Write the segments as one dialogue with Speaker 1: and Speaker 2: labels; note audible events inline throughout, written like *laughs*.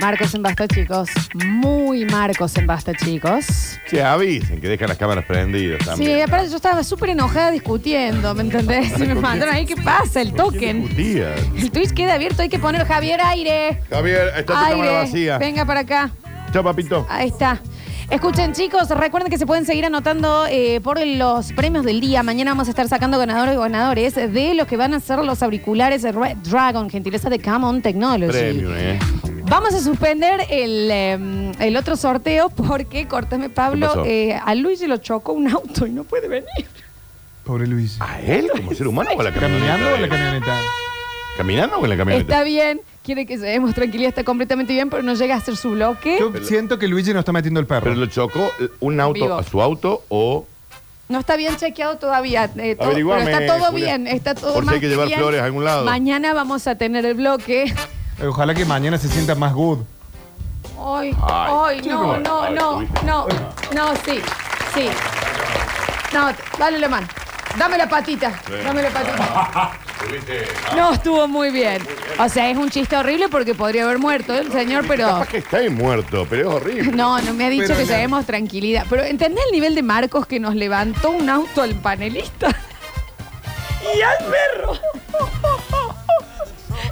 Speaker 1: Marcos en basta, chicos. Muy Marcos en basta, chicos.
Speaker 2: Sí, avisen que dejan las cámaras prendidas también.
Speaker 1: Sí, aparte yo estaba súper enojada discutiendo, ¿me entendés? Y me mandaron ahí, ¿qué pasa? El token.
Speaker 2: Día.
Speaker 1: El Twitch queda abierto, hay que poner Javier aire.
Speaker 2: Javier, está tu cámara
Speaker 1: Aire. Ah,
Speaker 2: vacía.
Speaker 1: Venga para acá.
Speaker 2: Chao, papito.
Speaker 1: Ahí está. Escuchen chicos, recuerden que se pueden seguir anotando eh, por los premios del día. Mañana vamos a estar sacando ganadores y ganadores de los que van a ser los auriculares Red Dragon, gentileza de Camon Technology.
Speaker 2: Premio, eh.
Speaker 1: Vamos a suspender el, eh, el otro sorteo porque, cortame
Speaker 2: ¿Qué
Speaker 1: Pablo,
Speaker 2: pasó?
Speaker 1: eh, a Luigi lo chocó un auto y no puede venir.
Speaker 3: Pobre Luis.
Speaker 2: ¿A él como ser humano o a la camioneta?
Speaker 3: ¿Caminando o en la camioneta?
Speaker 2: ¿Caminando o en la camioneta?
Speaker 1: Está bien, quiere que llevemos tranquilidad, está completamente bien, pero no llega a hacer su bloque.
Speaker 3: Yo siento que Luigi no está metiendo el perro.
Speaker 2: ¿Pero lo chocó un auto
Speaker 1: Vivo.
Speaker 2: a su auto o...?
Speaker 1: No está bien chequeado todavía. eh, todo- pero
Speaker 2: Averiguame,
Speaker 1: está todo
Speaker 2: Julia.
Speaker 1: bien, está todo
Speaker 2: Por si
Speaker 1: más
Speaker 2: hay que llevar
Speaker 1: bien.
Speaker 2: flores a algún lado.
Speaker 1: Mañana vamos a tener el bloque.
Speaker 3: Eh, Ojalá que mañana se sienta más good. Ah,
Speaker 1: Ay,
Speaker 2: Ay,
Speaker 1: ay, no,
Speaker 2: chico.
Speaker 1: no,
Speaker 2: Ay,
Speaker 1: no,
Speaker 2: tuviste-
Speaker 1: no, no, sí, sí. No, dale la mano. Dame la patita, dame la patita. No, estuvo muy bien. O sea, es un chiste horrible porque podría haber muerto el señor, pero...
Speaker 2: Capaz que está ahí muerto, pero es horrible.
Speaker 1: No, no me ha dicho
Speaker 3: Pero
Speaker 1: que
Speaker 3: no.
Speaker 1: llevemos tranquilidad. Pero ¿entendés el nivel de Marcos que nos levantó un auto al panelista? *laughs* Y al perro. *laughs*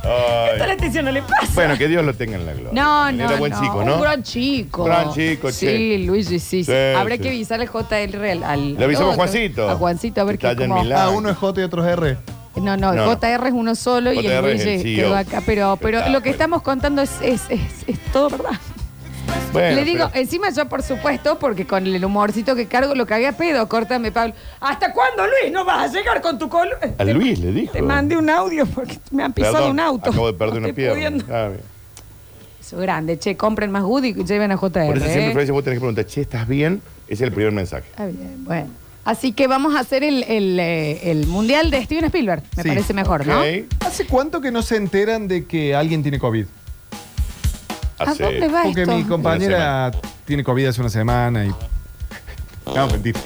Speaker 2: Ay.
Speaker 1: Esta la atención no le pasa.
Speaker 2: Bueno, que Dios lo tenga en la gloria.
Speaker 1: No, no,
Speaker 2: Era buen
Speaker 1: no.
Speaker 2: chico, ¿no?
Speaker 1: Un gran chico.
Speaker 2: Gran chico,
Speaker 1: sí.
Speaker 2: che.
Speaker 1: Luigi, sí. sí.
Speaker 2: Sí,
Speaker 1: Habrá
Speaker 2: sí.
Speaker 1: que avisar al JL Real. Al,
Speaker 2: Le avisamos a
Speaker 1: al otro.
Speaker 2: Juancito.
Speaker 1: A Juancito, a ver
Speaker 2: Está
Speaker 1: qué
Speaker 2: allá en
Speaker 1: cómo-
Speaker 2: Milán.
Speaker 3: Ah, uno es J y otro es R.
Speaker 1: No, no,
Speaker 2: No, no.
Speaker 1: JR es uno solo y el
Speaker 2: JR es
Speaker 1: Luigi
Speaker 2: el CEO.
Speaker 1: quedó acá. Pero, pero
Speaker 2: Está,
Speaker 1: lo que
Speaker 2: bueno.
Speaker 1: estamos contando es, es, es- es todo verdad.
Speaker 2: Bueno,
Speaker 1: Le digo,
Speaker 2: pero-
Speaker 1: encima yo, por supuesto, porque con el humorcito que cargo lo cagué a pedo. Córtame, Pablo. ¿Hasta cuándo, Luis? ¿No vas a llegar con tu colo?
Speaker 2: A Luis le dijo.
Speaker 1: eh, Te mandé un audio porque me han pisado
Speaker 2: Perdón,
Speaker 1: un auto.
Speaker 2: Acabo de perder
Speaker 1: No
Speaker 2: una
Speaker 1: estoy
Speaker 2: pierna.
Speaker 1: pudiendo.
Speaker 2: Ah, bien.
Speaker 1: Eso es grande, che, compren más Woody y lleven a JR.
Speaker 2: Por eso
Speaker 1: ¿eh?
Speaker 2: siempre Florencia, vos tenés que preguntar, che, ¿estás bien? Ese es el primer mensaje.
Speaker 1: Está bien, bueno. Así que vamos a hacer el, el, eh, el mundial de Steven Spielberg. Me
Speaker 3: Sí.
Speaker 1: parece mejor, ¿no?
Speaker 2: Ok.
Speaker 3: ¿Hace cuánto que no se enteran de que alguien tiene COVID?
Speaker 1: ¿A
Speaker 2: Hace-
Speaker 1: dónde va
Speaker 3: Porque
Speaker 1: esto?
Speaker 3: mi compañera tiene COVID hace una semana y. No, mentira.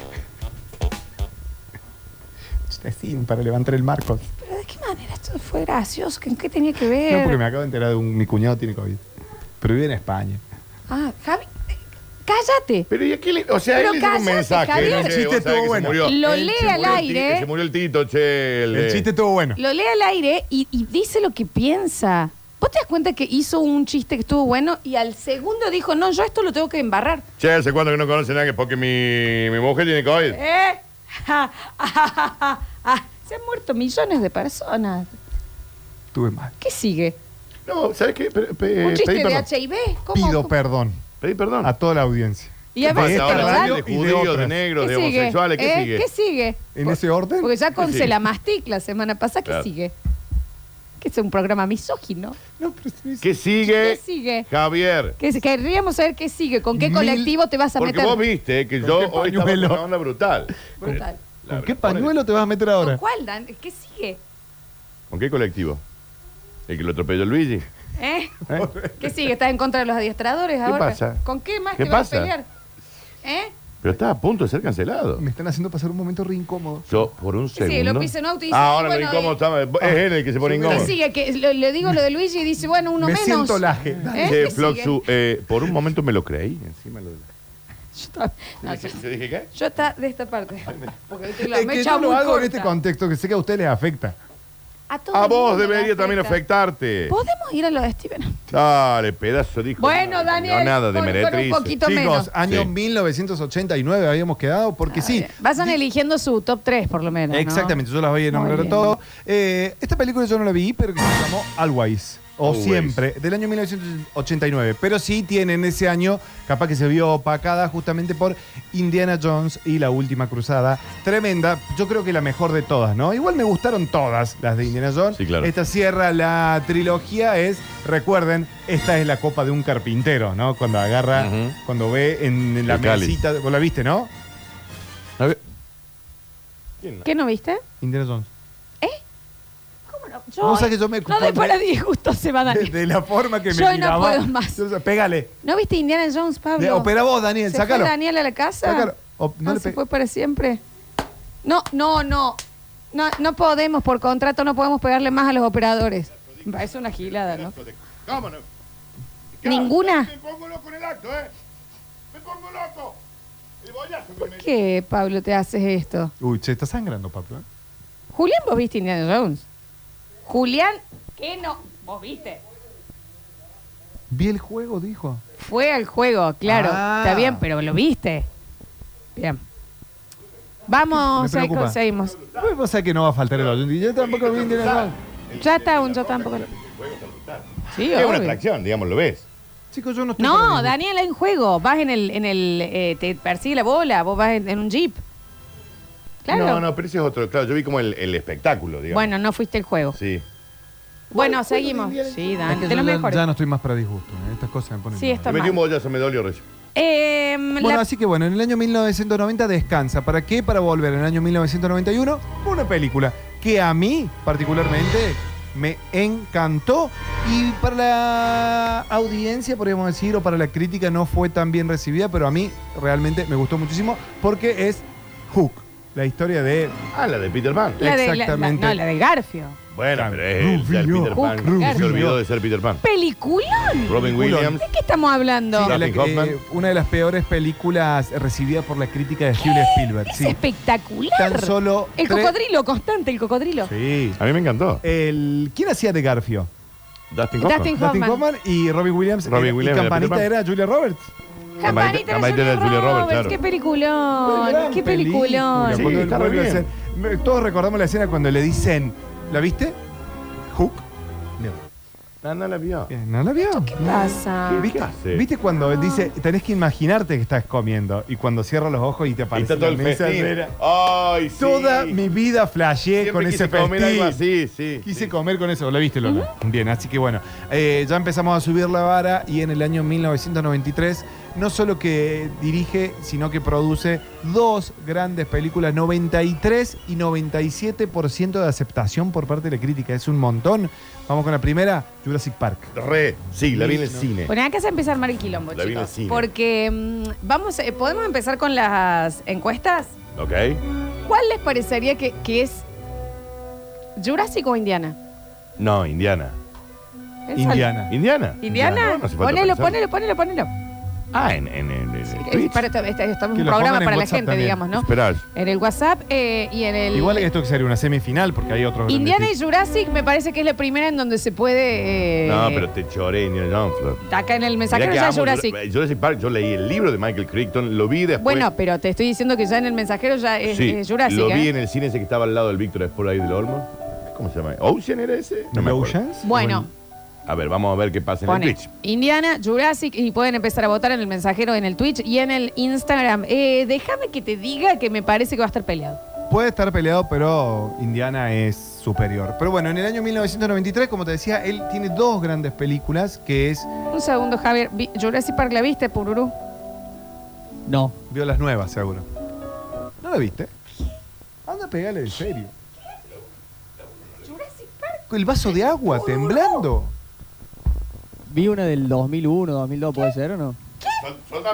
Speaker 3: Está sin para levantar el marco.
Speaker 1: ¿Pero de qué manera esto fue gracioso? ¿Qué, qué tenía que
Speaker 3: No,
Speaker 1: ver?
Speaker 3: porque me acabo de enterar de un. Mi cuñado tiene COVID. Pero vive en España.
Speaker 1: Ah, Javi, eh, cállate.
Speaker 2: Pero ¿y a qué le- O sea,
Speaker 1: Pero
Speaker 2: él le dio un
Speaker 1: cállate,
Speaker 2: mensaje.
Speaker 1: Javier.
Speaker 2: che,
Speaker 3: El chiste
Speaker 2: vos sabés
Speaker 3: estuvo
Speaker 2: que se
Speaker 3: bueno.
Speaker 2: murió-
Speaker 1: Lo
Speaker 2: se
Speaker 1: lee
Speaker 2: murió
Speaker 1: al
Speaker 2: el ti-
Speaker 1: aire.
Speaker 2: Se murió el Tito, che.
Speaker 3: El chiste estuvo bueno.
Speaker 1: Lo lee al aire y, y dice lo que piensa. ¿Vos te das cuenta que hizo un chiste que estuvo bueno y al segundo dijo, no, yo esto lo tengo que embarrar?
Speaker 2: Che, hace cuánto que no conoce nadie porque mi, mi mujer tiene COVID.
Speaker 1: ¿Eh? *laughs* Ja, ja, ja, ja, ja. Se han muerto millones de personas.
Speaker 3: Estuve mal.
Speaker 1: ¿Qué sigue?
Speaker 2: No, ¿sabes qué? Pe- pe-
Speaker 1: ¿Un chiste
Speaker 2: pedí
Speaker 1: de
Speaker 2: perdón.
Speaker 1: HIV? ¿Cómo?
Speaker 3: Eh, Pido
Speaker 1: ¿Cómo?
Speaker 3: perdón
Speaker 2: Pedí perdón.
Speaker 3: a toda la audiencia.
Speaker 1: Y a
Speaker 2: Pasa
Speaker 1: veces,
Speaker 2: ahora,
Speaker 1: ¿verdad?
Speaker 2: De
Speaker 3: Y de
Speaker 2: judíos, de,
Speaker 3: otras.
Speaker 2: negros, de
Speaker 1: ¿Qué sigue?
Speaker 2: homosexuales, ¿qué
Speaker 1: ¿Eh?
Speaker 2: sigue?
Speaker 1: ¿Qué sigue?
Speaker 3: ¿En ese orden?
Speaker 1: Porque ya con
Speaker 2: ¿Qué sigue?
Speaker 1: Celamastic la semana pasada, ¿qué
Speaker 2: Claro.
Speaker 1: sigue? Que es un programa misógino.
Speaker 3: No, pero sí, sí.
Speaker 2: ¿Qué sigue?
Speaker 1: ¿Qué sigue?
Speaker 2: Javier.
Speaker 1: Que querríamos saber qué sigue, con qué
Speaker 3: Mil-
Speaker 1: colectivo te vas a
Speaker 2: Porque
Speaker 1: meter.
Speaker 2: vos viste que yo
Speaker 3: qué
Speaker 2: hoy estaba en
Speaker 3: pañuelo?
Speaker 2: una onda brutal.
Speaker 1: Brutal.
Speaker 2: La-
Speaker 3: ¿Con qué pañuelo te vas a meter ahora?
Speaker 1: ¿Con cuál, Dan? ¿Qué sigue?
Speaker 2: ¿Con qué colectivo? ¿El que lo atropelló Luigi?
Speaker 1: ¿Eh?
Speaker 3: ¿Eh?
Speaker 1: ¿Qué sigue? ¿Estás en contra de los adiestradores ahora?
Speaker 2: pasa?
Speaker 1: ¿Con qué más
Speaker 2: ¿Qué
Speaker 1: te vas
Speaker 2: pasa?
Speaker 1: a pelear? ¿Eh?
Speaker 2: Pero estaba a punto de ser cancelado.
Speaker 3: Me están haciendo pasar un momento re incómodo.
Speaker 2: Yo, por un segundo.
Speaker 1: lo pise en auto y dice,
Speaker 2: Ah, ahora
Speaker 1: bueno, eh,
Speaker 2: lo incómodo
Speaker 1: y-
Speaker 2: estaba. Es él el que se pone
Speaker 3: Sí,
Speaker 1: ¿Qué
Speaker 2: incómodo.
Speaker 1: sigue? Que lo- le digo lo de Luigi y dice, bueno, uno
Speaker 3: me
Speaker 1: menos.
Speaker 3: siento laje.
Speaker 1: ¿Eh?
Speaker 2: Che,
Speaker 1: ¿Qué
Speaker 2: Floxu, eh, por un momento me lo creí. Encima lo de
Speaker 1: Yo estaba- no, yo-
Speaker 2: Yo dije, ¿qué?
Speaker 1: *laughs* yo estaba de esta parte. Porque viste, la
Speaker 3: Es que
Speaker 1: mecha
Speaker 3: yo lo
Speaker 1: muy
Speaker 3: hago en
Speaker 1: corta.
Speaker 3: este contexto que sé que a ustedes les afecta.
Speaker 1: A, todo
Speaker 2: A
Speaker 1: el
Speaker 2: vos
Speaker 1: mundo le
Speaker 2: debería también afectarte.
Speaker 1: ¿Podemos ir a lo de Steven?
Speaker 2: Dale, pedazo de hijo.
Speaker 1: Bueno,
Speaker 2: de-
Speaker 1: Daniel,
Speaker 2: Nada de
Speaker 1: pon- pon un
Speaker 2: meretriz.
Speaker 1: poquito-
Speaker 3: Chicos,
Speaker 1: menos.
Speaker 3: año
Speaker 2: Sí.
Speaker 3: 1989 habíamos quedado, porque sí.
Speaker 1: Vayan eligiendo su top 3, por lo menos. ¿no?
Speaker 3: Exactamente, yo las voy a
Speaker 1: Muy
Speaker 3: nombrar
Speaker 1: bien.
Speaker 3: todo. Eh, esta película yo no la vi, pero que se llamó Always. O
Speaker 2: Always.
Speaker 3: siempre, del año 1989. Pero sí tiene en ese año, capaz que se vio opacada justamente por Indiana Jones y la última cruzada. Tremenda, yo creo que la mejor de todas, ¿no? Igual me gustaron todas las de Indiana Jones.
Speaker 2: Sí, claro.
Speaker 3: Esta cierra la trilogía, es, recuerden, esta es la copa de un carpintero, ¿no? Cuando agarra,
Speaker 2: Ujú.
Speaker 3: cuando ve en la
Speaker 2: El cáliz.
Speaker 3: mesita, vos la viste, ¿no?
Speaker 2: A ver.
Speaker 1: ¿Qué no viste?
Speaker 3: Indiana Jones.
Speaker 1: ¿Cómo no?
Speaker 3: Vos sabés que yo me-
Speaker 1: no doy para disgusto, se va a
Speaker 3: *laughs* De,
Speaker 1: Daniel.
Speaker 3: de la forma que me
Speaker 1: Yo no
Speaker 3: miraba.
Speaker 1: puedo más.
Speaker 3: O sea, pégale.
Speaker 1: ¿No viste Indiana Jones,
Speaker 3: Le-
Speaker 1: Pablo?
Speaker 3: Opera vos, Daniel,
Speaker 1: ¿Se
Speaker 3: sácalo.
Speaker 1: fue Daniel a la casa?
Speaker 3: Sácalo. O- no
Speaker 1: no
Speaker 3: le
Speaker 1: se
Speaker 3: pe-
Speaker 1: fue para siempre. No, no, no. No, no podemos, por contrato no podemos pegarle más a los operadores. Me parece una gilada, ¿no?
Speaker 2: ¿Cómo no?
Speaker 1: ¿Ninguna?
Speaker 4: Me pongo loco en el acto, ¿eh? Me pongo loco. El bollazo que
Speaker 1: ¿Por
Speaker 4: me
Speaker 1: qué, Pablo, te haces esto?
Speaker 3: Uy, che, está sangrando, Pablo. ¿eh?
Speaker 1: Julián, vos viste Indiana Jones. Julián, ¿qué no? ¿Vos viste?
Speaker 3: Vi el juego, dijo.
Speaker 1: Fue al juego, claro.
Speaker 3: Ah.
Speaker 1: Está bien, pero lo viste. Bien. Vamos,
Speaker 3: Me
Speaker 1: ahí
Speaker 3: preocupa.
Speaker 1: conseguimos.
Speaker 3: Pues vos sabés que no va a faltar el oyente. Yo tampoco vi Indiana Jones.
Speaker 1: Ah, Ya está un yo tampoco. Sí,
Speaker 2: Es una
Speaker 1: obvio.
Speaker 2: atracción, digamos, lo ves.
Speaker 3: Chicos, yo no estoy. para
Speaker 1: No,
Speaker 3: eso.
Speaker 1: Daniel, hay un juego. Vas en el. En el eh, te persigue la bola, vos vas en, en un jeep. Claro.
Speaker 2: No, no, pero ese es otro. Claro, yo vi como el, el espectáculo, digamos.
Speaker 1: bueno, no fuiste el juego.
Speaker 2: Sí.
Speaker 1: Bueno, seguimos. Sí,
Speaker 3: Es que
Speaker 1: Daniel,
Speaker 3: yo
Speaker 1: de lo
Speaker 3: ya-
Speaker 1: mejor.
Speaker 3: Ya no estoy más para disgusto. ¿eh? Estas cosas me ponen.
Speaker 1: Sí,
Speaker 3: mal.
Speaker 1: está
Speaker 2: Me metí
Speaker 1: mal.
Speaker 2: un bollazo, me dolió recién.
Speaker 1: Eh,
Speaker 3: Bueno,
Speaker 1: la-
Speaker 3: así que bueno, en el año 1990 descansa. ¿Para qué? Para volver en el año 1991 una película que a mí particularmente me encantó y para la audiencia, podríamos decir, o para la crítica no fue tan bien recibida, pero a mí realmente me gustó muchísimo porque es Hook, la historia de...
Speaker 2: Ah, la de Peter Pan.
Speaker 1: la de, la- la-
Speaker 3: exactamente.
Speaker 1: no, la de Garfio.
Speaker 2: Bueno, pero es el,
Speaker 3: Rubio.
Speaker 2: el Peter Pan.
Speaker 3: Rubio.
Speaker 2: Se olvidó de ser Peter Pan.
Speaker 1: ¡Peliculón!
Speaker 2: Robin
Speaker 3: Peliculón.
Speaker 2: Williams.
Speaker 1: ¿De qué estamos hablando?
Speaker 2: Sí,
Speaker 3: la-
Speaker 2: Dustin Hoffman.
Speaker 3: eh, una de las peores películas recibidas por la crítica de Steven Spielberg.
Speaker 1: es
Speaker 3: Sí.
Speaker 1: espectacular.
Speaker 3: Tan solo
Speaker 1: el
Speaker 3: tres-
Speaker 1: cocodrilo, constante, el cocodrilo.
Speaker 3: Sí.
Speaker 2: A mí me encantó.
Speaker 3: El, ¿Quién hacía de Garfio?
Speaker 2: Dustin Hoffman.
Speaker 1: Dustin
Speaker 3: Dustin
Speaker 1: Hoffman.
Speaker 3: Hoffman y Robbie Williams.
Speaker 2: Robbie
Speaker 3: Era-
Speaker 2: Williams
Speaker 3: Y
Speaker 2: era
Speaker 3: campanita
Speaker 2: Peter Pan.
Speaker 3: era Julia Roberts.
Speaker 2: Campanita- Campanita
Speaker 1: de
Speaker 2: de Julia Roberts, claro.
Speaker 1: Qué peliculón,
Speaker 3: Gran
Speaker 1: qué
Speaker 3: película,
Speaker 1: peliculón.
Speaker 2: Sí,
Speaker 3: cuando él
Speaker 2: está
Speaker 3: vuelve
Speaker 2: re
Speaker 3: a
Speaker 2: bien.
Speaker 3: hacer- me- Todos recordamos la escena cuando le dicen, ¿la viste? Hook. No.
Speaker 2: No, no la vio. Ah.
Speaker 3: Eh, ¿No la vio?
Speaker 1: ¿Qué pasa? Ah.
Speaker 2: ¿Qué
Speaker 3: ¿Viste,
Speaker 2: hace?
Speaker 3: viste cuando él dice, tenés que imaginarte que estás comiendo? Y cuando cierra los ojos y te
Speaker 2: Ahí
Speaker 3: aparece
Speaker 2: está todo el
Speaker 3: la mesa,
Speaker 2: festín.
Speaker 3: era-
Speaker 2: Ay, sí.
Speaker 3: Toda mi vida flasheé
Speaker 2: Siempre
Speaker 3: con
Speaker 2: quise
Speaker 3: ese
Speaker 2: comer
Speaker 3: festín.
Speaker 2: algo así, sí.
Speaker 3: Quise
Speaker 2: sí.
Speaker 3: comer con eso, ¿la viste, Lola? Bien, así que bueno, eh, ya empezamos a subir la vara y en el año 1993 no solo que dirige, sino que produce dos grandes películas, 93 y 97% de aceptación por parte de la crítica, es un montón. Vamos con la primera, Jurassic Park.
Speaker 2: Re. Sí, la vi en el cine.
Speaker 1: Bueno, acá se empieza a armar el quilombo,
Speaker 2: La vi en el
Speaker 1: chicos.
Speaker 2: cine.
Speaker 1: Porque mm, vamos, eh, ¿podemos empezar con las encuestas?
Speaker 2: ¿Ok?
Speaker 1: ¿Cuál les parecería que, que es Jurassic o Indiana?
Speaker 2: No, Indiana.
Speaker 1: Pensalo.
Speaker 3: Indiana.
Speaker 2: ¿Indiana?
Speaker 1: ¿Indiana?
Speaker 2: No hace falta
Speaker 1: ponelo,
Speaker 2: pensar.
Speaker 1: ponelo, ponelo, ponelo.
Speaker 2: Ah, en, en, en, en
Speaker 1: Eh,
Speaker 2: Twitch.
Speaker 1: Para, esta- esta- esta es un
Speaker 3: Que lo
Speaker 1: programa
Speaker 3: pongan en
Speaker 1: para la
Speaker 3: WhatsApp
Speaker 1: gente,
Speaker 3: también.
Speaker 1: digamos, ¿no?
Speaker 2: Esperás.
Speaker 1: En el WhatsApp eh, y en el...
Speaker 3: Igual esto que sería una semifinal porque hay otros... grandes
Speaker 1: Indiana
Speaker 3: títulos.
Speaker 1: y Jurassic me parece que es la primera en donde se puede... eh,
Speaker 2: No, pero te choré, Indiana Jones. Flor.
Speaker 1: Acá en el
Speaker 2: Mirá
Speaker 1: mensajero
Speaker 2: que
Speaker 1: ya
Speaker 2: amo
Speaker 1: Jurassic.
Speaker 2: Jura- Jurassic Park, yo leí el libro de Michael Crichton, lo vi después.
Speaker 1: Bueno, pero te estoy diciendo que ya en el mensajero ya es,
Speaker 2: sí,
Speaker 1: es Jurassic.
Speaker 2: Lo vi
Speaker 1: ¿eh?
Speaker 2: en el cine ese que estaba al lado del Víctor Sport ahí del Olmo. ¿Cómo se llama? ¿Ocean era ese? me acuerdo.
Speaker 3: Oceans?
Speaker 1: Bueno,
Speaker 2: A ver, vamos a ver qué pasa en el
Speaker 1: pone
Speaker 2: Twitch.
Speaker 1: Indiana, Jurassic y pueden empezar a votar en el mensajero, en el Twitch y en el Instagram. Eh, Déjame que te diga que me parece que va a estar peleado.
Speaker 3: Puede estar peleado, pero Indiana es superior. Pero bueno, en el año 1993, como te decía, él tiene dos grandes películas, que es...
Speaker 1: Un segundo, Javier. Vi- Jurassic Park la viste, Pururú.
Speaker 5: No.
Speaker 3: Vio las nuevas, seguro. ¿No la viste? Anda, pegale en serio. El vaso de agua temblando.
Speaker 5: Vi una del 2001, 2002, ¿puede ser o no?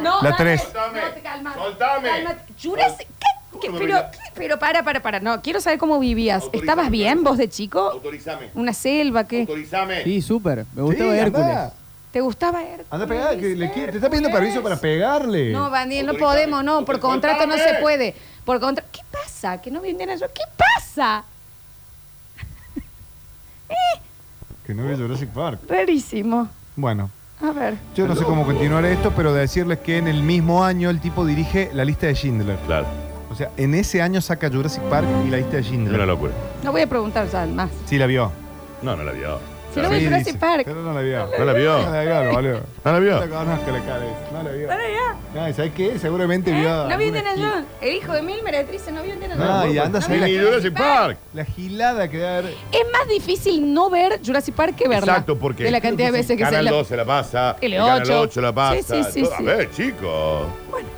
Speaker 1: No,
Speaker 3: La
Speaker 1: Daniel,
Speaker 3: tres.
Speaker 1: No, te calmas.
Speaker 4: Soltame.
Speaker 1: Calmate. Jurassic. ¿qué? ¿Qué?
Speaker 2: ¿Cómo no me
Speaker 1: Pero,
Speaker 2: voy a-
Speaker 1: ¿qué? pero para, para, para. No, quiero saber cómo vivías.
Speaker 2: Autorizame,
Speaker 1: ¿Estabas bien vos de chico?
Speaker 2: Autorizame.
Speaker 1: ¿Una selva? ¿Qué?
Speaker 2: Autorizame.
Speaker 5: Sí, súper. Me gustaba
Speaker 3: Sí,
Speaker 5: Hércules.
Speaker 3: Anda,
Speaker 1: ¿Te gustaba Hércules?
Speaker 3: anda pegale, que le quiere- Te está pidiendo permiso para pegarle.
Speaker 1: No, Daniel, no
Speaker 2: Autorizame.
Speaker 1: podemos, no. Por
Speaker 2: Autorizame.
Speaker 1: contrato no se puede. Por contra... ¿Qué pasa? ¿Que no vendían yo? ¿Qué pasa?
Speaker 3: Que no vio Jurassic Park.
Speaker 1: Rarísimo.
Speaker 3: Bueno,
Speaker 1: A ver.
Speaker 3: yo no sé cómo continuar esto, pero decirles que en el mismo año el tipo dirige La Lista de Schindler.
Speaker 2: Claro,
Speaker 3: O sea, en ese año saca Jurassic Park y La Lista de
Speaker 2: es una
Speaker 3: Schindler.
Speaker 2: locura.
Speaker 1: No voy a preguntar ya más.
Speaker 3: Sí, la vio.
Speaker 2: No, no la vio.
Speaker 1: Si no me Jurassic
Speaker 3: dice,
Speaker 1: Park.
Speaker 3: Pero no la vio.
Speaker 2: No la vio.
Speaker 3: No la vio, boludo.
Speaker 2: No la
Speaker 3: No la
Speaker 2: vio.
Speaker 3: conozco la cara esa, No la vio.
Speaker 1: Para allá.
Speaker 3: No, Ah, ¿sabes qué? Seguramente
Speaker 1: ¿Eh?
Speaker 3: vio.
Speaker 1: No
Speaker 3: alguna
Speaker 1: vi Indiana
Speaker 3: gi-
Speaker 1: Jones. El hijo de Mil Meretrice no vio Indiana
Speaker 3: No,
Speaker 1: Jones.
Speaker 3: Ah, y anda a
Speaker 1: vi
Speaker 3: salir
Speaker 2: Ni
Speaker 3: aquí.
Speaker 2: Jurassic Park.
Speaker 3: La gilada que debe haber.
Speaker 1: Es más difícil no ver Jurassic Park que verla.
Speaker 2: Exacto, porque.
Speaker 1: De la cantidad
Speaker 2: *laughs*
Speaker 1: de veces que se
Speaker 2: Canal
Speaker 1: la...
Speaker 2: 12 la pasa.
Speaker 1: El
Speaker 2: Canal
Speaker 1: 8.
Speaker 2: 8 la
Speaker 1: Sí,
Speaker 2: pasa.
Speaker 1: sí, sí,
Speaker 2: todo.
Speaker 1: sí.
Speaker 2: A ver, chicos. Bueno.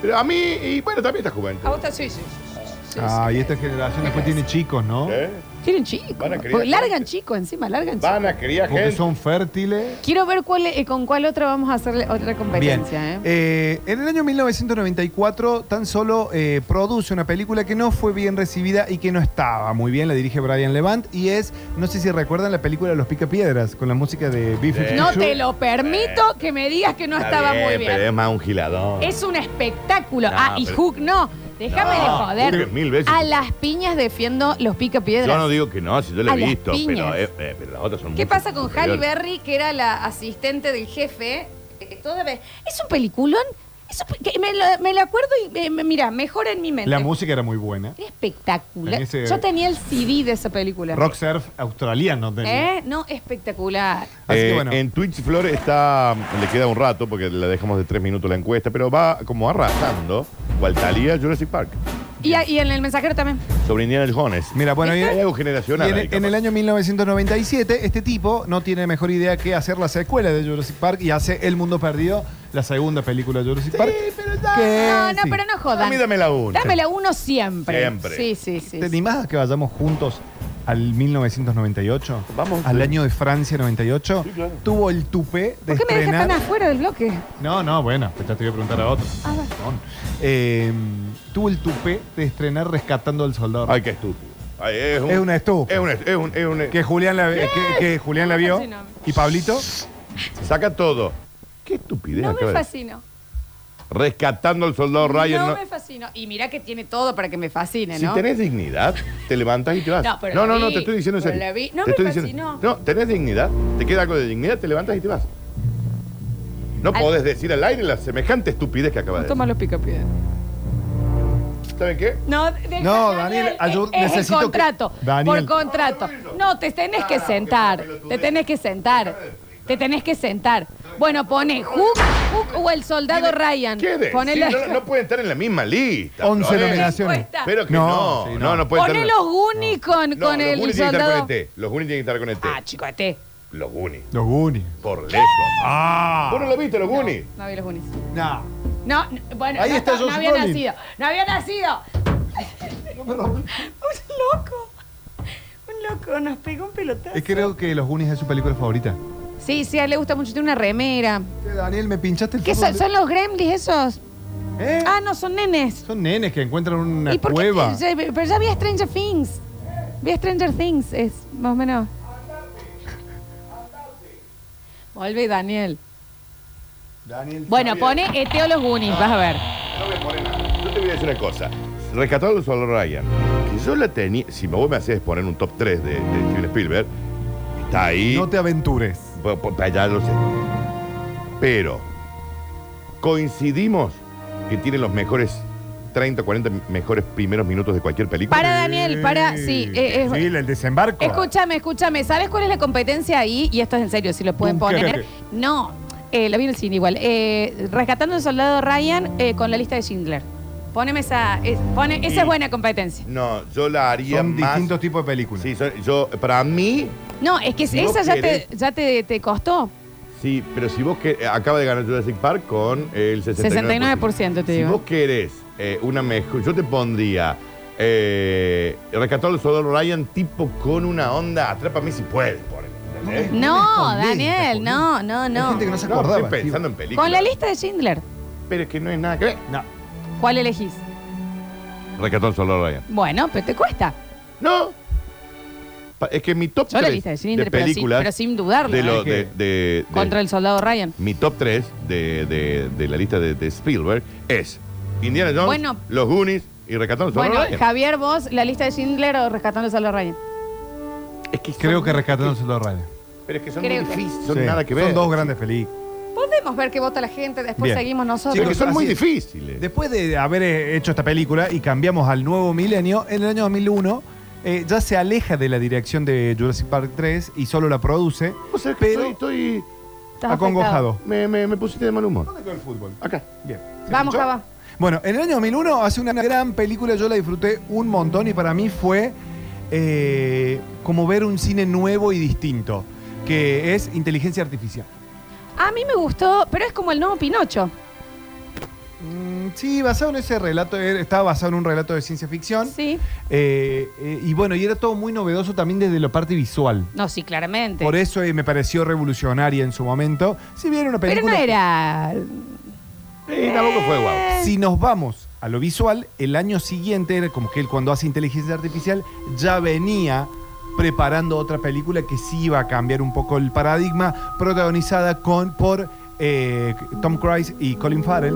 Speaker 2: Pero a mí, y bueno, también está juventud.
Speaker 1: A vos te- sí, sí, sí, sí, sí, sí.
Speaker 3: Ah, y esta generación después tiene chicos, ¿no?
Speaker 2: ¿Eh?
Speaker 1: Tienen chicos.
Speaker 2: Van a criar
Speaker 1: Porque largan
Speaker 2: gente.
Speaker 1: chicos encima, largan chicos.
Speaker 2: Van a criar
Speaker 3: Porque
Speaker 2: gente.
Speaker 3: son fértiles.
Speaker 1: Quiero ver cuál, es- eh, con cuál otra vamos a hacer otra
Speaker 3: Bien.
Speaker 1: competencia. ¿eh?
Speaker 3: Eh, en el año 1994 tan solo eh, produce una película que no fue bien recibida y que no estaba muy bien. La dirige Brian Levant y es, no sé si recuerdan la película Los Picapiedras con la música de Biff.
Speaker 2: Sí.
Speaker 1: No te lo permito que me digas que no
Speaker 2: eh, Está
Speaker 1: estaba muy bien.
Speaker 2: Pero es más un giladón.
Speaker 1: Es un espectáculo.
Speaker 2: No,
Speaker 1: ah, y
Speaker 2: pero-
Speaker 1: Hook no. Déjame
Speaker 2: No,
Speaker 1: de joder.
Speaker 2: Hook es mil veces.
Speaker 1: A las piñas defiendo los pica
Speaker 2: Yo
Speaker 1: piedras.
Speaker 2: no digo que no, si yo lo
Speaker 1: A
Speaker 2: he
Speaker 1: las
Speaker 2: visto,
Speaker 1: piñas.
Speaker 2: pero, eh, eh, pero las otras son
Speaker 1: ¿Qué
Speaker 2: mucho
Speaker 1: pasa con Halle
Speaker 2: superiores.
Speaker 1: Berry, que era la asistente del jefe? Eh, toda vez- Es un peliculón. Es un pe- que me, lo, me lo acuerdo y eh, me- mira, mejora en mi mente.
Speaker 3: La música era muy buena.
Speaker 1: Era espectacular.
Speaker 3: En ese-
Speaker 1: Yo tenía el CD de esa película.
Speaker 3: Rock surf australiano tenía.
Speaker 1: ¿Eh? No, espectacular.
Speaker 3: Así
Speaker 2: Eh,
Speaker 3: que bueno.
Speaker 2: En Twitch Flor está, le queda un rato porque la dejamos de tres minutos la encuesta, pero va como arrasando, cual Thalía Jurassic Park,
Speaker 1: Y, a- y en el mensajero también.
Speaker 2: sobre Indiana Jones.
Speaker 3: Mira, bueno, y-
Speaker 2: Hay algo
Speaker 3: Y
Speaker 2: generacional.
Speaker 3: en,
Speaker 2: ahí,
Speaker 3: el- en el
Speaker 2: capaz.
Speaker 3: año 1997, este tipo no tiene mejor idea que hacer la secuela de Jurassic Park y hace El Mundo Perdido, la segunda película de Jurassic Park. que-
Speaker 1: No, no,
Speaker 3: sí.
Speaker 1: pero no jodan.
Speaker 2: A mí dame la una.
Speaker 1: Dame la uno siempre.
Speaker 2: Siempre.
Speaker 1: Sí, sí, sí.
Speaker 3: ¿Te animás a que vayamos juntos al 1998?
Speaker 2: Vamos.
Speaker 3: Al año de Francia 98.
Speaker 2: Sí, claro.
Speaker 3: Tuvo el tupé de
Speaker 1: ¿Por qué me dejas
Speaker 3: estrenar-
Speaker 1: tan afuera del bloque?
Speaker 3: No, no, bueno, pues ya te voy a preguntar a otro.
Speaker 1: A ver.
Speaker 3: Perdón. Eh, tuvo el tupé de estrenar Rescatando al Soldado.
Speaker 2: Ay, qué estúpido. Ay, es, un,
Speaker 3: Es una estúpida.
Speaker 2: Es un, es un- es un-
Speaker 3: Que Julián la, que, que Julián la vio.
Speaker 1: Sí, no.
Speaker 3: ¿Y Pablito?
Speaker 2: Saca todo. Qué estupidez.
Speaker 1: No
Speaker 2: acaba
Speaker 1: me
Speaker 2: de-
Speaker 1: fascino.
Speaker 2: Rescatando al soldado Ryan.
Speaker 1: no,
Speaker 2: no-
Speaker 1: me fascino. Y mira que tiene todo para que me fascine,
Speaker 2: Si
Speaker 1: ¿no?
Speaker 2: tenés dignidad, te levantás y te vas.
Speaker 1: No, pero
Speaker 2: no,
Speaker 1: la
Speaker 2: no, no,
Speaker 1: vi,
Speaker 2: te estoy diciendo en
Speaker 1: pero
Speaker 2: serio.
Speaker 1: la vi. No
Speaker 2: Te
Speaker 1: me
Speaker 2: estoy diciendo-
Speaker 1: fascinó.
Speaker 2: No, tenés dignidad, te queda algo de dignidad, te levantas y te vas. No
Speaker 1: Al-
Speaker 2: podés decir al aire la semejante estupidez que acabas de decir.
Speaker 1: Toma los picapiedras.
Speaker 2: ¿Saben qué?
Speaker 1: No, de-
Speaker 3: No, Daniel, ayu-
Speaker 1: es, es
Speaker 3: necesito
Speaker 1: el
Speaker 3: que-
Speaker 1: contrato.
Speaker 3: Daniel.
Speaker 1: Por contrato. No, te tenés que sentar. Te tenés que sentar. Te tenés que sentar. Bueno, pone Hook, Hook o el soldado Ryan.
Speaker 2: ¿Qué decir?
Speaker 1: Ponele-
Speaker 2: no, no pueden estar en la misma lista.
Speaker 3: 11
Speaker 2: Florencia.
Speaker 3: nominaciones.
Speaker 1: Encuesta.
Speaker 2: Pero que
Speaker 3: No,
Speaker 2: no, no,
Speaker 3: sí, no.
Speaker 2: no, pueden
Speaker 1: Poné
Speaker 2: estar en la-
Speaker 1: los Goonies con,
Speaker 2: No,
Speaker 1: con
Speaker 2: los
Speaker 1: el,
Speaker 2: Goonies tienen que estar
Speaker 1: soldado.
Speaker 2: con este. el T. Los Goonies tienen que estar con el T.
Speaker 1: Ah, chico, este.
Speaker 2: Los Goonies.
Speaker 3: Los Goonies.
Speaker 2: Por lejos.
Speaker 3: Ah.
Speaker 2: ¿Vos no lo viste, los Goonies?
Speaker 1: No vi los Goonies.
Speaker 3: Nah.
Speaker 1: No, no, bueno,
Speaker 3: Ahí
Speaker 1: no,
Speaker 3: está
Speaker 1: no, no
Speaker 3: Josh
Speaker 1: había
Speaker 3: Brolin.
Speaker 1: nacido. No había nacido. Un loco. Un loco, nos pegó un pelotazo.
Speaker 3: Es que creo que Los Goonies es su película favorita.
Speaker 1: Sí, sí, a él le gusta mucho. Tiene una remera.
Speaker 3: Daniel, me pinchaste el
Speaker 1: ¿Qué son,
Speaker 3: fútbol.
Speaker 1: son los gremlins esos?
Speaker 3: ¿Eh?
Speaker 1: Ah, no, son nenes.
Speaker 3: Son nenes que encuentran una
Speaker 1: ¿Y por qué?
Speaker 3: cueva.
Speaker 1: Ya- Pero ya había Stranger Things. Vi Stranger Things, es más o menos. Vuelve, Daniel.
Speaker 3: Daniel,
Speaker 1: Bueno, pone Eteo los Goonies, vas a ver.
Speaker 2: No me pone nada. Yo te voy a decir una cosa. Rescatado al Soldado Ryan, que yo la tenía. Si vos me hacés poner un top 3 de, de Steven Spielberg, está ahí. pues,
Speaker 3: no te aventures.
Speaker 2: pa- pa- pa- ya lo sé. Pero coincidimos que tiene los mejores 30 o 40 mejores primeros minutos de cualquier película.
Speaker 1: Para Daniel, para. Sí, eh, es-
Speaker 3: Sí, el desembarco.
Speaker 1: Escúchame, escúchame. ¿Sabes cuál es la competencia ahí? Y esto es en serio, si lo pueden
Speaker 3: Dunkerque.
Speaker 1: poner. No, eh, la vi en el cine igual. Eh, rescatando al soldado Ryan eh, con la lista de Schindler. Póneme esa. es- pone, esa es buena competencia.
Speaker 2: No, yo la haría
Speaker 3: Son
Speaker 2: más.
Speaker 3: distintos tipos de películas.
Speaker 2: Sí, son- yo, para mí,
Speaker 1: No, es que
Speaker 2: Si vos
Speaker 1: esa ya, te,
Speaker 2: querés-
Speaker 1: ya te, te costó.
Speaker 2: sí, pero si vos que eh, acaba de ganar Jurassic Park con el 69%.
Speaker 1: 69% te
Speaker 2: Si vos
Speaker 1: digo.
Speaker 2: querés eh, una mejor, yo te pondría eh, Rescatado el Soldado Ryan tipo con una onda, atrápame si puedes, por ¿entendés?
Speaker 1: No,
Speaker 3: Respondí,
Speaker 1: Daniel,
Speaker 3: respondí.
Speaker 1: no, no,
Speaker 3: Hay
Speaker 1: no.
Speaker 3: gente que no se
Speaker 2: No,
Speaker 3: acordaba.
Speaker 2: estoy pensando en películas.
Speaker 1: Con la lista de Schindler,
Speaker 2: Pero es que no es nada que ver.
Speaker 3: No.
Speaker 1: ¿cuál elegís?
Speaker 2: Rescatado el Soldado Ryan.
Speaker 1: Bueno, pero te cuesta.
Speaker 2: No. Pa- Es que mi top
Speaker 1: Yo la
Speaker 2: 3
Speaker 1: lista de
Speaker 2: de
Speaker 1: Schindler, pero, sin,
Speaker 2: películas
Speaker 1: pero sin dudarlo.
Speaker 2: de
Speaker 1: ¿eh?
Speaker 2: lo-
Speaker 3: Es que-
Speaker 2: de- de- de-
Speaker 1: Contra el soldado Ryan.
Speaker 2: Mi top 3 de, de- de la lista de, de Spielberg es Indiana Jones,
Speaker 1: Bueno.
Speaker 2: Los Goonies y Rescatado el Soldado
Speaker 1: Bueno,
Speaker 2: Ryan.
Speaker 1: Javier, vos, la lista de Schindler o rescatando al soldado Ryan.
Speaker 2: Es que son-
Speaker 3: Creo que rescatando los radios.
Speaker 2: Pero es que son
Speaker 1: Creo
Speaker 2: muy
Speaker 1: que-
Speaker 2: difíciles, son nada que ver.
Speaker 3: Son dos grandes películas.
Speaker 1: Podemos ver qué vota la gente, después
Speaker 3: Bien.
Speaker 1: seguimos nosotros.
Speaker 2: Pero que son muy
Speaker 3: Así es.
Speaker 2: difíciles.
Speaker 3: Después de haber eh, hecho esta película y cambiamos al nuevo milenio, en el año 2001 eh, ya se aleja de la dirección de Jurassic Park 3 y solo la produce.
Speaker 2: O sea, que
Speaker 3: Pero-
Speaker 2: estoy, estoy-
Speaker 1: Estás
Speaker 3: Acongojado.
Speaker 2: me, me- me pusiste de mal humor.
Speaker 3: ¿Dónde quedó el fútbol?
Speaker 2: Acá.
Speaker 3: Bien. ¿Se
Speaker 1: Vamos,
Speaker 3: escuchó?
Speaker 1: Java.
Speaker 3: Bueno, en el año 2001 hace una gran película, yo la disfruté un montón y para mí fue eh, como ver un cine nuevo y distinto, que es inteligencia artificial.
Speaker 1: A mí me gustó, pero es como el nuevo Pinocho.
Speaker 3: Mm, sí, basado en ese relato, eh, estaba basado en un relato de ciencia ficción.
Speaker 1: Sí.
Speaker 3: Eh, eh, y bueno, y era todo muy novedoso también desde la parte visual.
Speaker 1: No, sí, claramente.
Speaker 3: Por eso eh, me pareció revolucionaria en su momento. Si bien era una
Speaker 1: Pero
Speaker 3: película.
Speaker 1: no era.
Speaker 2: Y tampoco fue guau.
Speaker 3: Si nos vamos a lo visual, el año siguiente, era como que él cuando hace inteligencia artificial, ya venía preparando otra película que sí iba a cambiar un poco el paradigma, protagonizada con, por eh, Tom Cruise y Colin Farrell.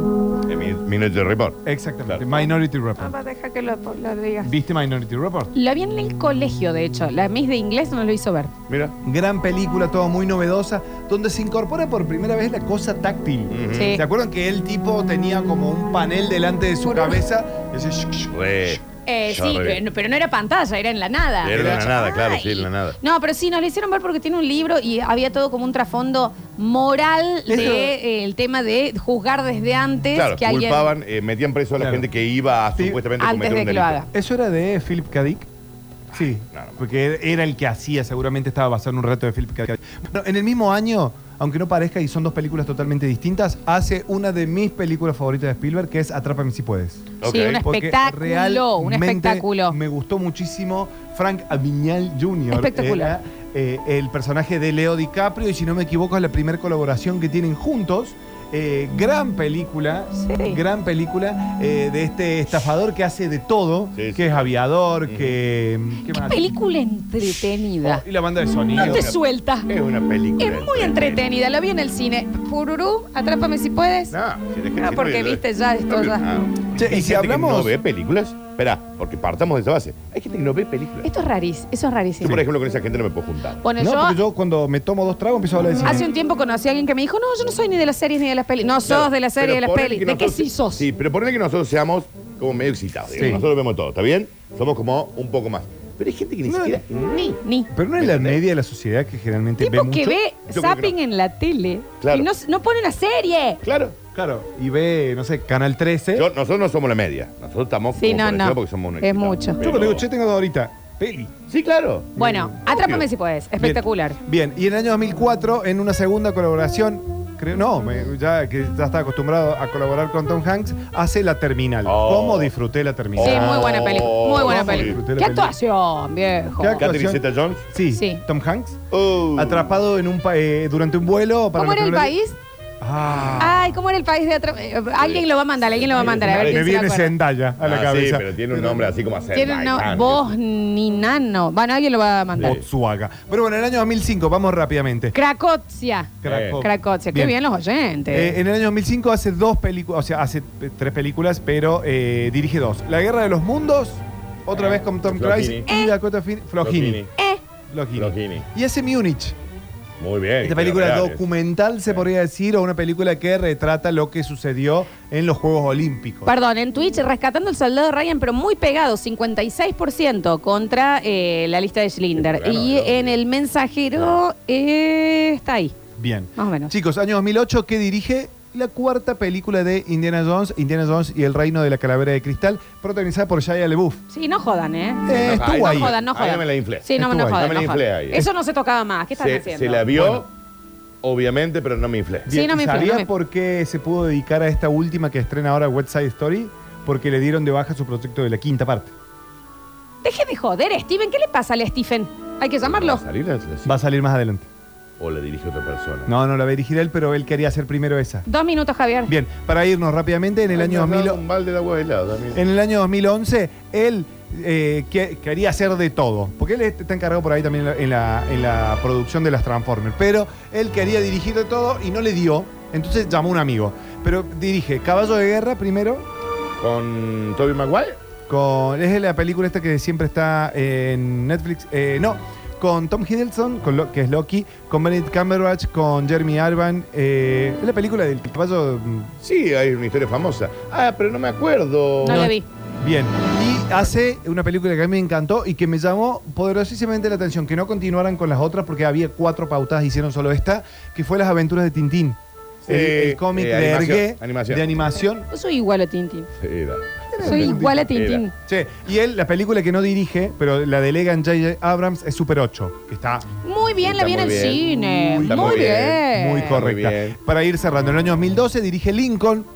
Speaker 2: Eh, mi- Minority Report.
Speaker 3: Exactamente,
Speaker 2: Claro.
Speaker 3: Minority Report.
Speaker 1: Papá, Ah, deja que lo, lo digas.
Speaker 3: ¿Viste Minority Report?
Speaker 1: La vi en el colegio, de hecho. La Miss de inglés nos lo hizo ver.
Speaker 2: Mira.
Speaker 3: Gran película, todo muy novedosa, donde se incorpora por primera vez la cosa táctil.
Speaker 2: Ujú.
Speaker 1: Sí.
Speaker 3: ¿Se acuerdan que el tipo tenía como un panel delante de su
Speaker 1: Puro-
Speaker 3: cabeza? Y hacía shuk, shuk,
Speaker 2: Re.
Speaker 3: shuk?
Speaker 1: Eh,
Speaker 2: Ya
Speaker 1: sí,
Speaker 2: re bien.
Speaker 1: pero, pero no era pantalla, era en la nada.
Speaker 2: Era en la nada, claro,
Speaker 1: Ay.
Speaker 2: sí, en la nada.
Speaker 1: No, pero sí, nos lo hicieron ver porque tiene un libro y había todo como un trasfondo moral del
Speaker 3: Eso-
Speaker 1: tema de juzgar desde antes
Speaker 2: Claro,
Speaker 1: que alguien.
Speaker 2: culpaban, eh, metían preso a la
Speaker 3: Claro.
Speaker 2: gente que iba a
Speaker 3: Sí.
Speaker 2: supuestamente
Speaker 1: Antes
Speaker 2: cometer
Speaker 1: de
Speaker 2: un
Speaker 1: que lo
Speaker 2: delito.
Speaker 1: haga.
Speaker 3: ¿Eso era de Philip K. Dick? Sí,
Speaker 2: no, no.
Speaker 3: porque era el que hacía, seguramente estaba basado en un reto de Philip K. Dick. Bueno, en el mismo año, aunque no parezca y son dos películas totalmente distintas, hace una de mis películas favoritas de Spielberg, que es Atrápame si puedes.
Speaker 2: Ok.
Speaker 1: Sí, un
Speaker 3: Porque
Speaker 1: espectáculo, un
Speaker 3: realmente
Speaker 1: espectáculo.
Speaker 3: Me gustó muchísimo Frank Aviñal Jr.
Speaker 1: Espectacular.
Speaker 3: Era, eh, el personaje de Leo DiCaprio, y si no me equivoco, es la primera colaboración que tienen juntos. Eh, gran película,
Speaker 1: Sí.
Speaker 3: gran película eh, de este estafador que hace de todo,
Speaker 2: Sí, sí.
Speaker 3: que es aviador, que. ¿qué más?
Speaker 1: Película entretenida.
Speaker 3: Oh, Y la banda de sonido.
Speaker 1: No te suelta.
Speaker 2: Es una película.
Speaker 1: Es muy entretenida. La vi en el cine. Pururú, atrápame si puedes.
Speaker 2: No, si
Speaker 1: Ah, porque
Speaker 2: eh,
Speaker 1: viste ya esto ya.
Speaker 2: ah.
Speaker 3: Che, y
Speaker 2: y
Speaker 3: si
Speaker 2: si hablamos.
Speaker 3: hablamos-
Speaker 2: no ve películas? Espera, porque partamos de esa base. Hay gente que no ve
Speaker 3: Este-
Speaker 2: películas.
Speaker 1: Esto es rarísimo. Eso es
Speaker 2: Yo,
Speaker 1: rarísimo.
Speaker 2: por ejemplo, con esa gente no me puedo juntar.
Speaker 1: Bueno,
Speaker 3: No,
Speaker 1: yo,
Speaker 3: porque yo cuando me tomo dos tragos empiezo a hablar de cine.
Speaker 1: hace un tiempo conocí a alguien que me dijo, no, yo no soy ni de las series ni de las pelis. No, sos
Speaker 2: Claro,
Speaker 1: de las series
Speaker 2: pero
Speaker 1: de las
Speaker 2: ponele
Speaker 1: pelis.
Speaker 2: que
Speaker 1: ¿De qué
Speaker 2: nosotros-
Speaker 1: sí sos?
Speaker 2: Sí, pero ponele que nosotros seamos como medio excitados. digamos.
Speaker 3: Sí.
Speaker 2: Nosotros vemos todo, ¿está bien? Somos como un poco más. Pero hay gente que ni
Speaker 3: No.
Speaker 2: siquiera.
Speaker 1: Ni, ni.
Speaker 3: Pero no es la media de la sociedad que generalmente ve
Speaker 1: Tipo
Speaker 3: mucho.
Speaker 1: que ve
Speaker 2: Yo creo que
Speaker 1: zapping
Speaker 2: no.
Speaker 1: en la tele
Speaker 2: Claro.
Speaker 1: y no, no pone una serie.
Speaker 2: Claro.
Speaker 3: Claro, y ve, no sé, Canal 13.
Speaker 2: Yo- nosotros no somos la media. Nosotros estamos
Speaker 1: Sí,
Speaker 2: como
Speaker 1: no,
Speaker 2: por encima
Speaker 1: no.
Speaker 2: porque somos unos
Speaker 1: Es
Speaker 2: excitados.
Speaker 1: mucho. Yo
Speaker 3: Yo
Speaker 2: Pero-
Speaker 3: cuando digo, che, tengo dos ahorita. Peli.
Speaker 2: Sí, claro.
Speaker 1: Bueno, atrápame si puedes. Espectacular.
Speaker 3: Bien, y en el año 2004, en una segunda colaboración, creo, no, me- ya que ya está acostumbrado a colaborar con Tom Hanks, hace La Terminal.
Speaker 2: Oh.
Speaker 3: ¿Cómo disfruté La Terminal?
Speaker 1: Sí, muy buena
Speaker 2: Oh,
Speaker 1: película. Muy buena
Speaker 2: vamos,
Speaker 1: película.
Speaker 3: disfruté la
Speaker 1: ¿Qué
Speaker 3: película.
Speaker 1: actuación, viejo?
Speaker 3: ¿Qué actuación?
Speaker 2: Catherine Zeta Jones.
Speaker 3: Sí,
Speaker 1: Sí.
Speaker 3: Tom Hanks,
Speaker 2: Oh.
Speaker 3: atrapado en un pa- eh, durante un vuelo. Para
Speaker 1: ¿Cómo
Speaker 3: la
Speaker 1: era el
Speaker 3: primera-
Speaker 1: país?
Speaker 3: Ah,
Speaker 1: Ay, ¿cómo era el país de atrás? Alguien lo va a mandar, alguien lo va a mandar. A ver,
Speaker 2: Me
Speaker 1: quién
Speaker 3: me
Speaker 1: se
Speaker 3: viene
Speaker 1: acuerda.
Speaker 3: Zendaya a la
Speaker 2: Ah, Sí,
Speaker 3: cabeza.
Speaker 2: pero tiene un nombre así como hacer. Ah,
Speaker 1: Tiene una voz ni nano. Bueno, alguien lo va a mandar.
Speaker 2: Sí.
Speaker 3: Otsuaga. Pero bueno, en el año 2005, vamos rápidamente.
Speaker 1: Cracozia.
Speaker 3: Cracovia.
Speaker 1: Cracozia. Qué
Speaker 3: Bien.
Speaker 1: bien los oyentes.
Speaker 3: Eh, en el año 2005 hace dos películas, o sea, hace eh, tres películas, pero eh, dirige dos. La Guerra de los Mundos, otra vez con Tom Cruise
Speaker 2: Flojini.
Speaker 3: y Dakota Fin- Flojini.
Speaker 2: Flojini.
Speaker 1: Eh,
Speaker 3: Flojini.
Speaker 2: Flojini.
Speaker 3: Y hace Múnich.
Speaker 2: Muy bien.
Speaker 3: Esta película
Speaker 2: Reales.
Speaker 3: documental, se podría decir, o una película que retrata lo que sucedió en los Juegos Olímpicos.
Speaker 1: Perdón, en Twitch rescatando el soldado Ryan, pero muy pegado, 56% contra eh, la lista de Schlinder.
Speaker 2: Sí, claro,
Speaker 1: y
Speaker 2: claro.
Speaker 1: en el mensajero eh, está ahí.
Speaker 3: Bien.
Speaker 1: Más o menos.
Speaker 3: Chicos, año 2008, que dirige la cuarta película de Indiana Jones, Indiana Jones y el Reino de la Calavera de Cristal, protagonizada por Shia LaBeouf.
Speaker 1: Sí, no jodan, ¿eh?
Speaker 3: Eh,
Speaker 2: no,
Speaker 3: estuvo
Speaker 2: no
Speaker 3: ahí.
Speaker 1: jodan, no
Speaker 2: Ahí
Speaker 1: jodan.
Speaker 2: no me la inflé.
Speaker 1: Sí, no,
Speaker 3: Estuvo
Speaker 1: no
Speaker 3: ahí.
Speaker 1: jodan.
Speaker 2: No me la
Speaker 1: no jodan.
Speaker 2: inflé ahí.
Speaker 1: Eso no se tocaba más. ¿Qué estás
Speaker 2: Se,
Speaker 1: haciendo?
Speaker 2: se la vio, obviamente, pero no me inflé.
Speaker 1: Sí, no me inflé,
Speaker 3: ¿Sabías
Speaker 1: no me-
Speaker 3: por qué se pudo dedicar a esta última que estrena ahora West Side Story? Porque le dieron de baja su proyecto de la quinta parte.
Speaker 1: Deje de joder, Steven. ¿Qué le pasa al Stephen? Hay que
Speaker 2: ¿Va a
Speaker 1: llamarlo.
Speaker 2: salir la- la-
Speaker 3: Va a salir más adelante.
Speaker 2: ¿O la dirige otra persona?
Speaker 3: No, no la va a dirigir él, pero él quería hacer primero esa.
Speaker 1: Dos minutos, Javier.
Speaker 3: Bien, para irnos rápidamente, en el año 2000,
Speaker 2: Un balde de agua de helado también.
Speaker 3: en el año 2011, él eh, que- quería hacer de todo. Porque él está encargado por ahí también en la, en la producción de las Transformers. Pero él quería dirigir de todo y no le dio. Entonces llamó a un amigo. Pero dirige Caballo de Guerra primero,
Speaker 2: ¿Con Toby Maguire?
Speaker 3: Con, es la película esta que siempre está en Netflix. eh, no, con Tom Hiddleston, con Lo- que es Loki, con Benedict Cumberbatch, con Jeremy Arban. eh, es la película del caballo. mm,
Speaker 2: Sí, hay una historia famosa. Ah, pero no me acuerdo.
Speaker 1: No, la vi.
Speaker 3: Bien. Y hace una película que a mí me encantó y que me llamó poderosísimamente la atención, que no continuaran con las otras porque había cuatro pautadas, hicieron solo esta, que fue Las aventuras de Tintín.
Speaker 2: Sí,
Speaker 3: el, el cómic
Speaker 2: eh,
Speaker 3: de
Speaker 2: animación,
Speaker 3: Hergé,
Speaker 2: animación.
Speaker 3: de animación.
Speaker 1: Yo soy igual a Tintín.
Speaker 2: Sí, da.
Speaker 1: Soy igual a Tintín.
Speaker 2: Era.
Speaker 3: Che, y él, la película que no dirige, pero la delega en J.J. Abrams, es Super 8, que está
Speaker 1: Muy bien, la
Speaker 2: Está
Speaker 1: vi en
Speaker 2: muy
Speaker 1: el
Speaker 2: bien.
Speaker 1: cine.
Speaker 2: Está
Speaker 1: muy
Speaker 2: muy
Speaker 1: bien.
Speaker 2: bien,
Speaker 3: Muy correcta.
Speaker 2: bien.
Speaker 3: Para ir cerrando, en el año 2012 dirige Lincoln.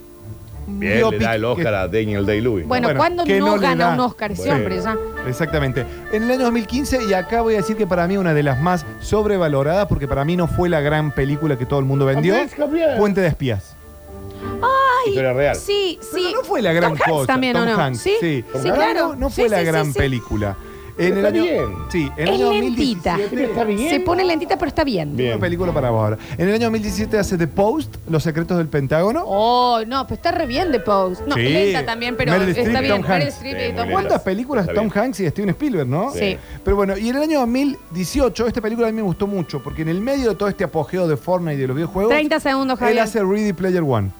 Speaker 2: Bien, le da el
Speaker 3: biopic que-
Speaker 2: Oscar a Daniel Day-Lewis.
Speaker 1: Bueno,
Speaker 3: Bueno,
Speaker 1: ¿cuándo
Speaker 3: que
Speaker 1: no,
Speaker 3: no le
Speaker 1: gana
Speaker 3: da?
Speaker 1: un Oscar?
Speaker 2: Bueno.
Speaker 1: Siempre, ya.
Speaker 3: Exactamente. En el año 2015, y acá voy a decir que para mí una de las más sobrevaloradas, porque para mí no fue la gran película que todo el mundo vendió,
Speaker 2: Andrés Gabriel.
Speaker 3: Puente de Espías.
Speaker 2: Historia real.
Speaker 1: Sí,
Speaker 3: Pero
Speaker 1: sí.
Speaker 3: no fue la gran
Speaker 1: Tom Hanks
Speaker 3: cosa.
Speaker 1: también, ¿o
Speaker 3: Tom
Speaker 1: no?
Speaker 3: Hanks,
Speaker 1: Sí, sí,
Speaker 3: sí. Tom
Speaker 1: claro.
Speaker 3: Hanks No, no
Speaker 1: Sí,
Speaker 3: fue la
Speaker 1: sí, sí,
Speaker 3: gran
Speaker 1: sí.
Speaker 3: película. En el
Speaker 2: Está
Speaker 3: año,
Speaker 2: bien.
Speaker 3: Sí, en el
Speaker 1: Es
Speaker 3: año
Speaker 1: lentita.
Speaker 3: 2017,
Speaker 2: Está bien.
Speaker 1: Se pone lentita, pero está bien.
Speaker 2: Bien.
Speaker 3: Una película para vos ahora. En el año 2017 hace The Post, Los Secretos del Pentágono.
Speaker 1: Oh, no, pero está re bien de Pose. No,
Speaker 3: Sí.
Speaker 1: lenta también, pero
Speaker 3: Meryl
Speaker 1: está
Speaker 3: Streep,
Speaker 1: bien.
Speaker 3: Tom
Speaker 1: Meryl
Speaker 3: Hanks.
Speaker 1: Streep
Speaker 2: Sí,
Speaker 1: y
Speaker 2: muy
Speaker 1: Tom
Speaker 2: bien.
Speaker 1: Hanks.
Speaker 3: ¿Cuántas películas
Speaker 2: Está
Speaker 3: Tom
Speaker 2: bien.
Speaker 3: Hanks y Steven Spielberg, no?
Speaker 1: Sí.
Speaker 3: Pero bueno, y en el año 2018, esta película a mí me gustó mucho, porque en el medio de todo este apogeo de Fortnite y de los videojuegos,
Speaker 1: 30 segundos, Javier.
Speaker 3: él hace Ready Player One,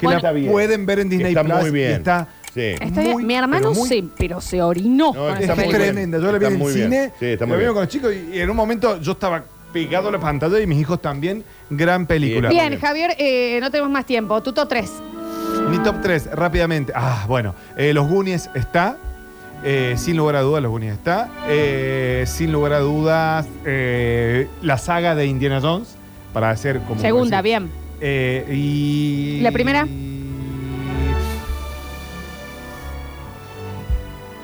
Speaker 3: que
Speaker 1: Bueno.
Speaker 3: la
Speaker 2: Está bien.
Speaker 3: pueden ver en Disney
Speaker 2: Está
Speaker 3: Plus.
Speaker 2: muy bien.
Speaker 3: y está
Speaker 2: Sí.
Speaker 1: Está bien.
Speaker 3: muy,
Speaker 1: Mi hermano
Speaker 3: pero muy-
Speaker 1: sí, pero se orinó.
Speaker 2: No,
Speaker 1: con
Speaker 2: es
Speaker 1: esa
Speaker 2: que está muy
Speaker 1: película.
Speaker 3: tremenda. Yo la vi
Speaker 2: Está
Speaker 3: en el
Speaker 2: muy bien.
Speaker 3: cine,
Speaker 2: Sí, está
Speaker 3: la
Speaker 2: muy
Speaker 3: vimos
Speaker 2: bien.
Speaker 3: con los chicos y, y en un momento yo estaba pegado a la pantalla y mis hijos también. Gran película.
Speaker 2: Bien.
Speaker 1: Bien, Javier, eh, no tenemos más tiempo. Tuto 3.
Speaker 3: Mi top 3, rápidamente. Ah, bueno. eh, los Goonies está. eh, sin lugar a dudas, los Goonies está. Eh, sin lugar a dudas, eh, la saga de Indiana Jones. Para hacer como.
Speaker 1: Segunda,
Speaker 3: decir,
Speaker 1: bien.
Speaker 3: eh, y.
Speaker 1: ¿La primera?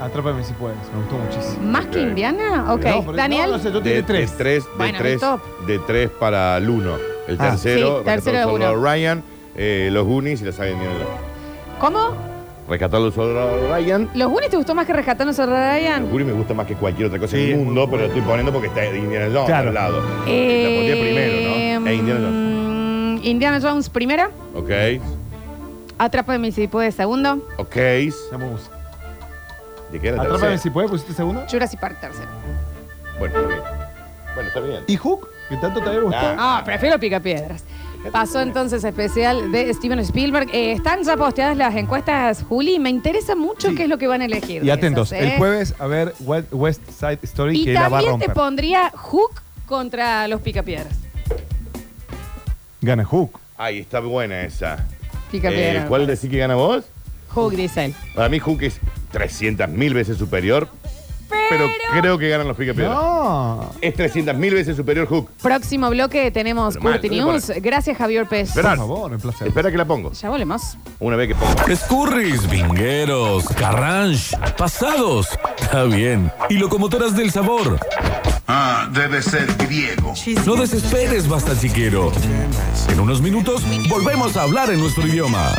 Speaker 3: Atrápame si puedes, me gustó muchísimo.
Speaker 1: ¿Más que
Speaker 2: Ok.
Speaker 1: Indiana? Ok.
Speaker 3: No, pero-
Speaker 1: Daniel.
Speaker 3: no, no sé, yo
Speaker 2: De,
Speaker 3: tiene
Speaker 2: de
Speaker 3: tres.
Speaker 2: tres. De
Speaker 1: Bueno,
Speaker 2: tres,
Speaker 1: top.
Speaker 2: de tres para el uno. El
Speaker 3: Ah.
Speaker 2: tercero,
Speaker 1: Sí, tercero
Speaker 2: Rescatado
Speaker 1: de
Speaker 2: Soldado
Speaker 1: uno.
Speaker 2: Ryan, eh, los Goonies y la saga de Indiana Jones.
Speaker 1: ¿Cómo?
Speaker 2: Rescatar los Soldado Ryan.
Speaker 1: ¿Los Goonies te gustó más que Rescatarnos a Ryan?
Speaker 2: Los Goonies me gusta más que cualquier otra cosa
Speaker 3: Sí,
Speaker 2: del
Speaker 3: es
Speaker 2: mundo,
Speaker 3: muy
Speaker 2: pero lo estoy poniendo porque está Indiana Jones
Speaker 3: Claro.
Speaker 2: al lado. la
Speaker 1: Eh,
Speaker 2: pondría primero, ¿no? Es Indiana Jones.
Speaker 1: mm, Indiana Jones primera.
Speaker 2: Ok,
Speaker 1: Atrápame si puedes segundo.
Speaker 2: ok.
Speaker 3: Vamos.
Speaker 2: ¿De qué era la
Speaker 3: Atrápame
Speaker 2: tercera?
Speaker 3: si puedes, pusiste segundo.
Speaker 1: Jurassic Park tercero.
Speaker 2: Bueno, está bien. Bueno, está bien.
Speaker 3: ¿Y Hook? ¿Qué tanto te había gustado?
Speaker 1: Ah, prefiero Pica Piedras.
Speaker 2: Este
Speaker 1: Pasó entonces especial de Steven Spielberg. Eh, están ya posteadas las encuestas, Juli. Me interesa mucho
Speaker 3: Sí.
Speaker 1: qué es lo que van a elegir.
Speaker 3: Y
Speaker 1: de
Speaker 3: atentos,
Speaker 1: esas, ¿eh?
Speaker 3: el jueves a ver West West Side Story
Speaker 1: Y
Speaker 3: que la va a
Speaker 1: también te
Speaker 3: romper.
Speaker 1: pondría Hook contra los Picapiedras.
Speaker 3: Gana Hook.
Speaker 2: Ay, está buena esa.
Speaker 1: Picapiedras.
Speaker 2: Eh, ¿Cuál decís que gana vos?
Speaker 1: Hook, dice él.
Speaker 2: Para mí Hook es 300.000 veces superior, pero creo que ganan los pica piedra.
Speaker 3: No.
Speaker 2: Es 300.000 veces superior Hook.
Speaker 1: Próximo bloque tenemos
Speaker 2: Pero mal,
Speaker 1: Curti
Speaker 2: no le pone.
Speaker 1: News. Gracias, Javier Pérez.
Speaker 2: Pero-
Speaker 3: Por favor, un placer.
Speaker 2: Espera que la pongo.
Speaker 1: Ya volvemos.
Speaker 2: Una vez que pongo.
Speaker 6: Escurris, vingueros, carranche, pasados. Está bien. Y locomotoras del sabor.
Speaker 4: Ah, debe ser griego.
Speaker 6: No desesperes, basta chiquero. En unos minutos volvemos a hablar en nuestro idioma.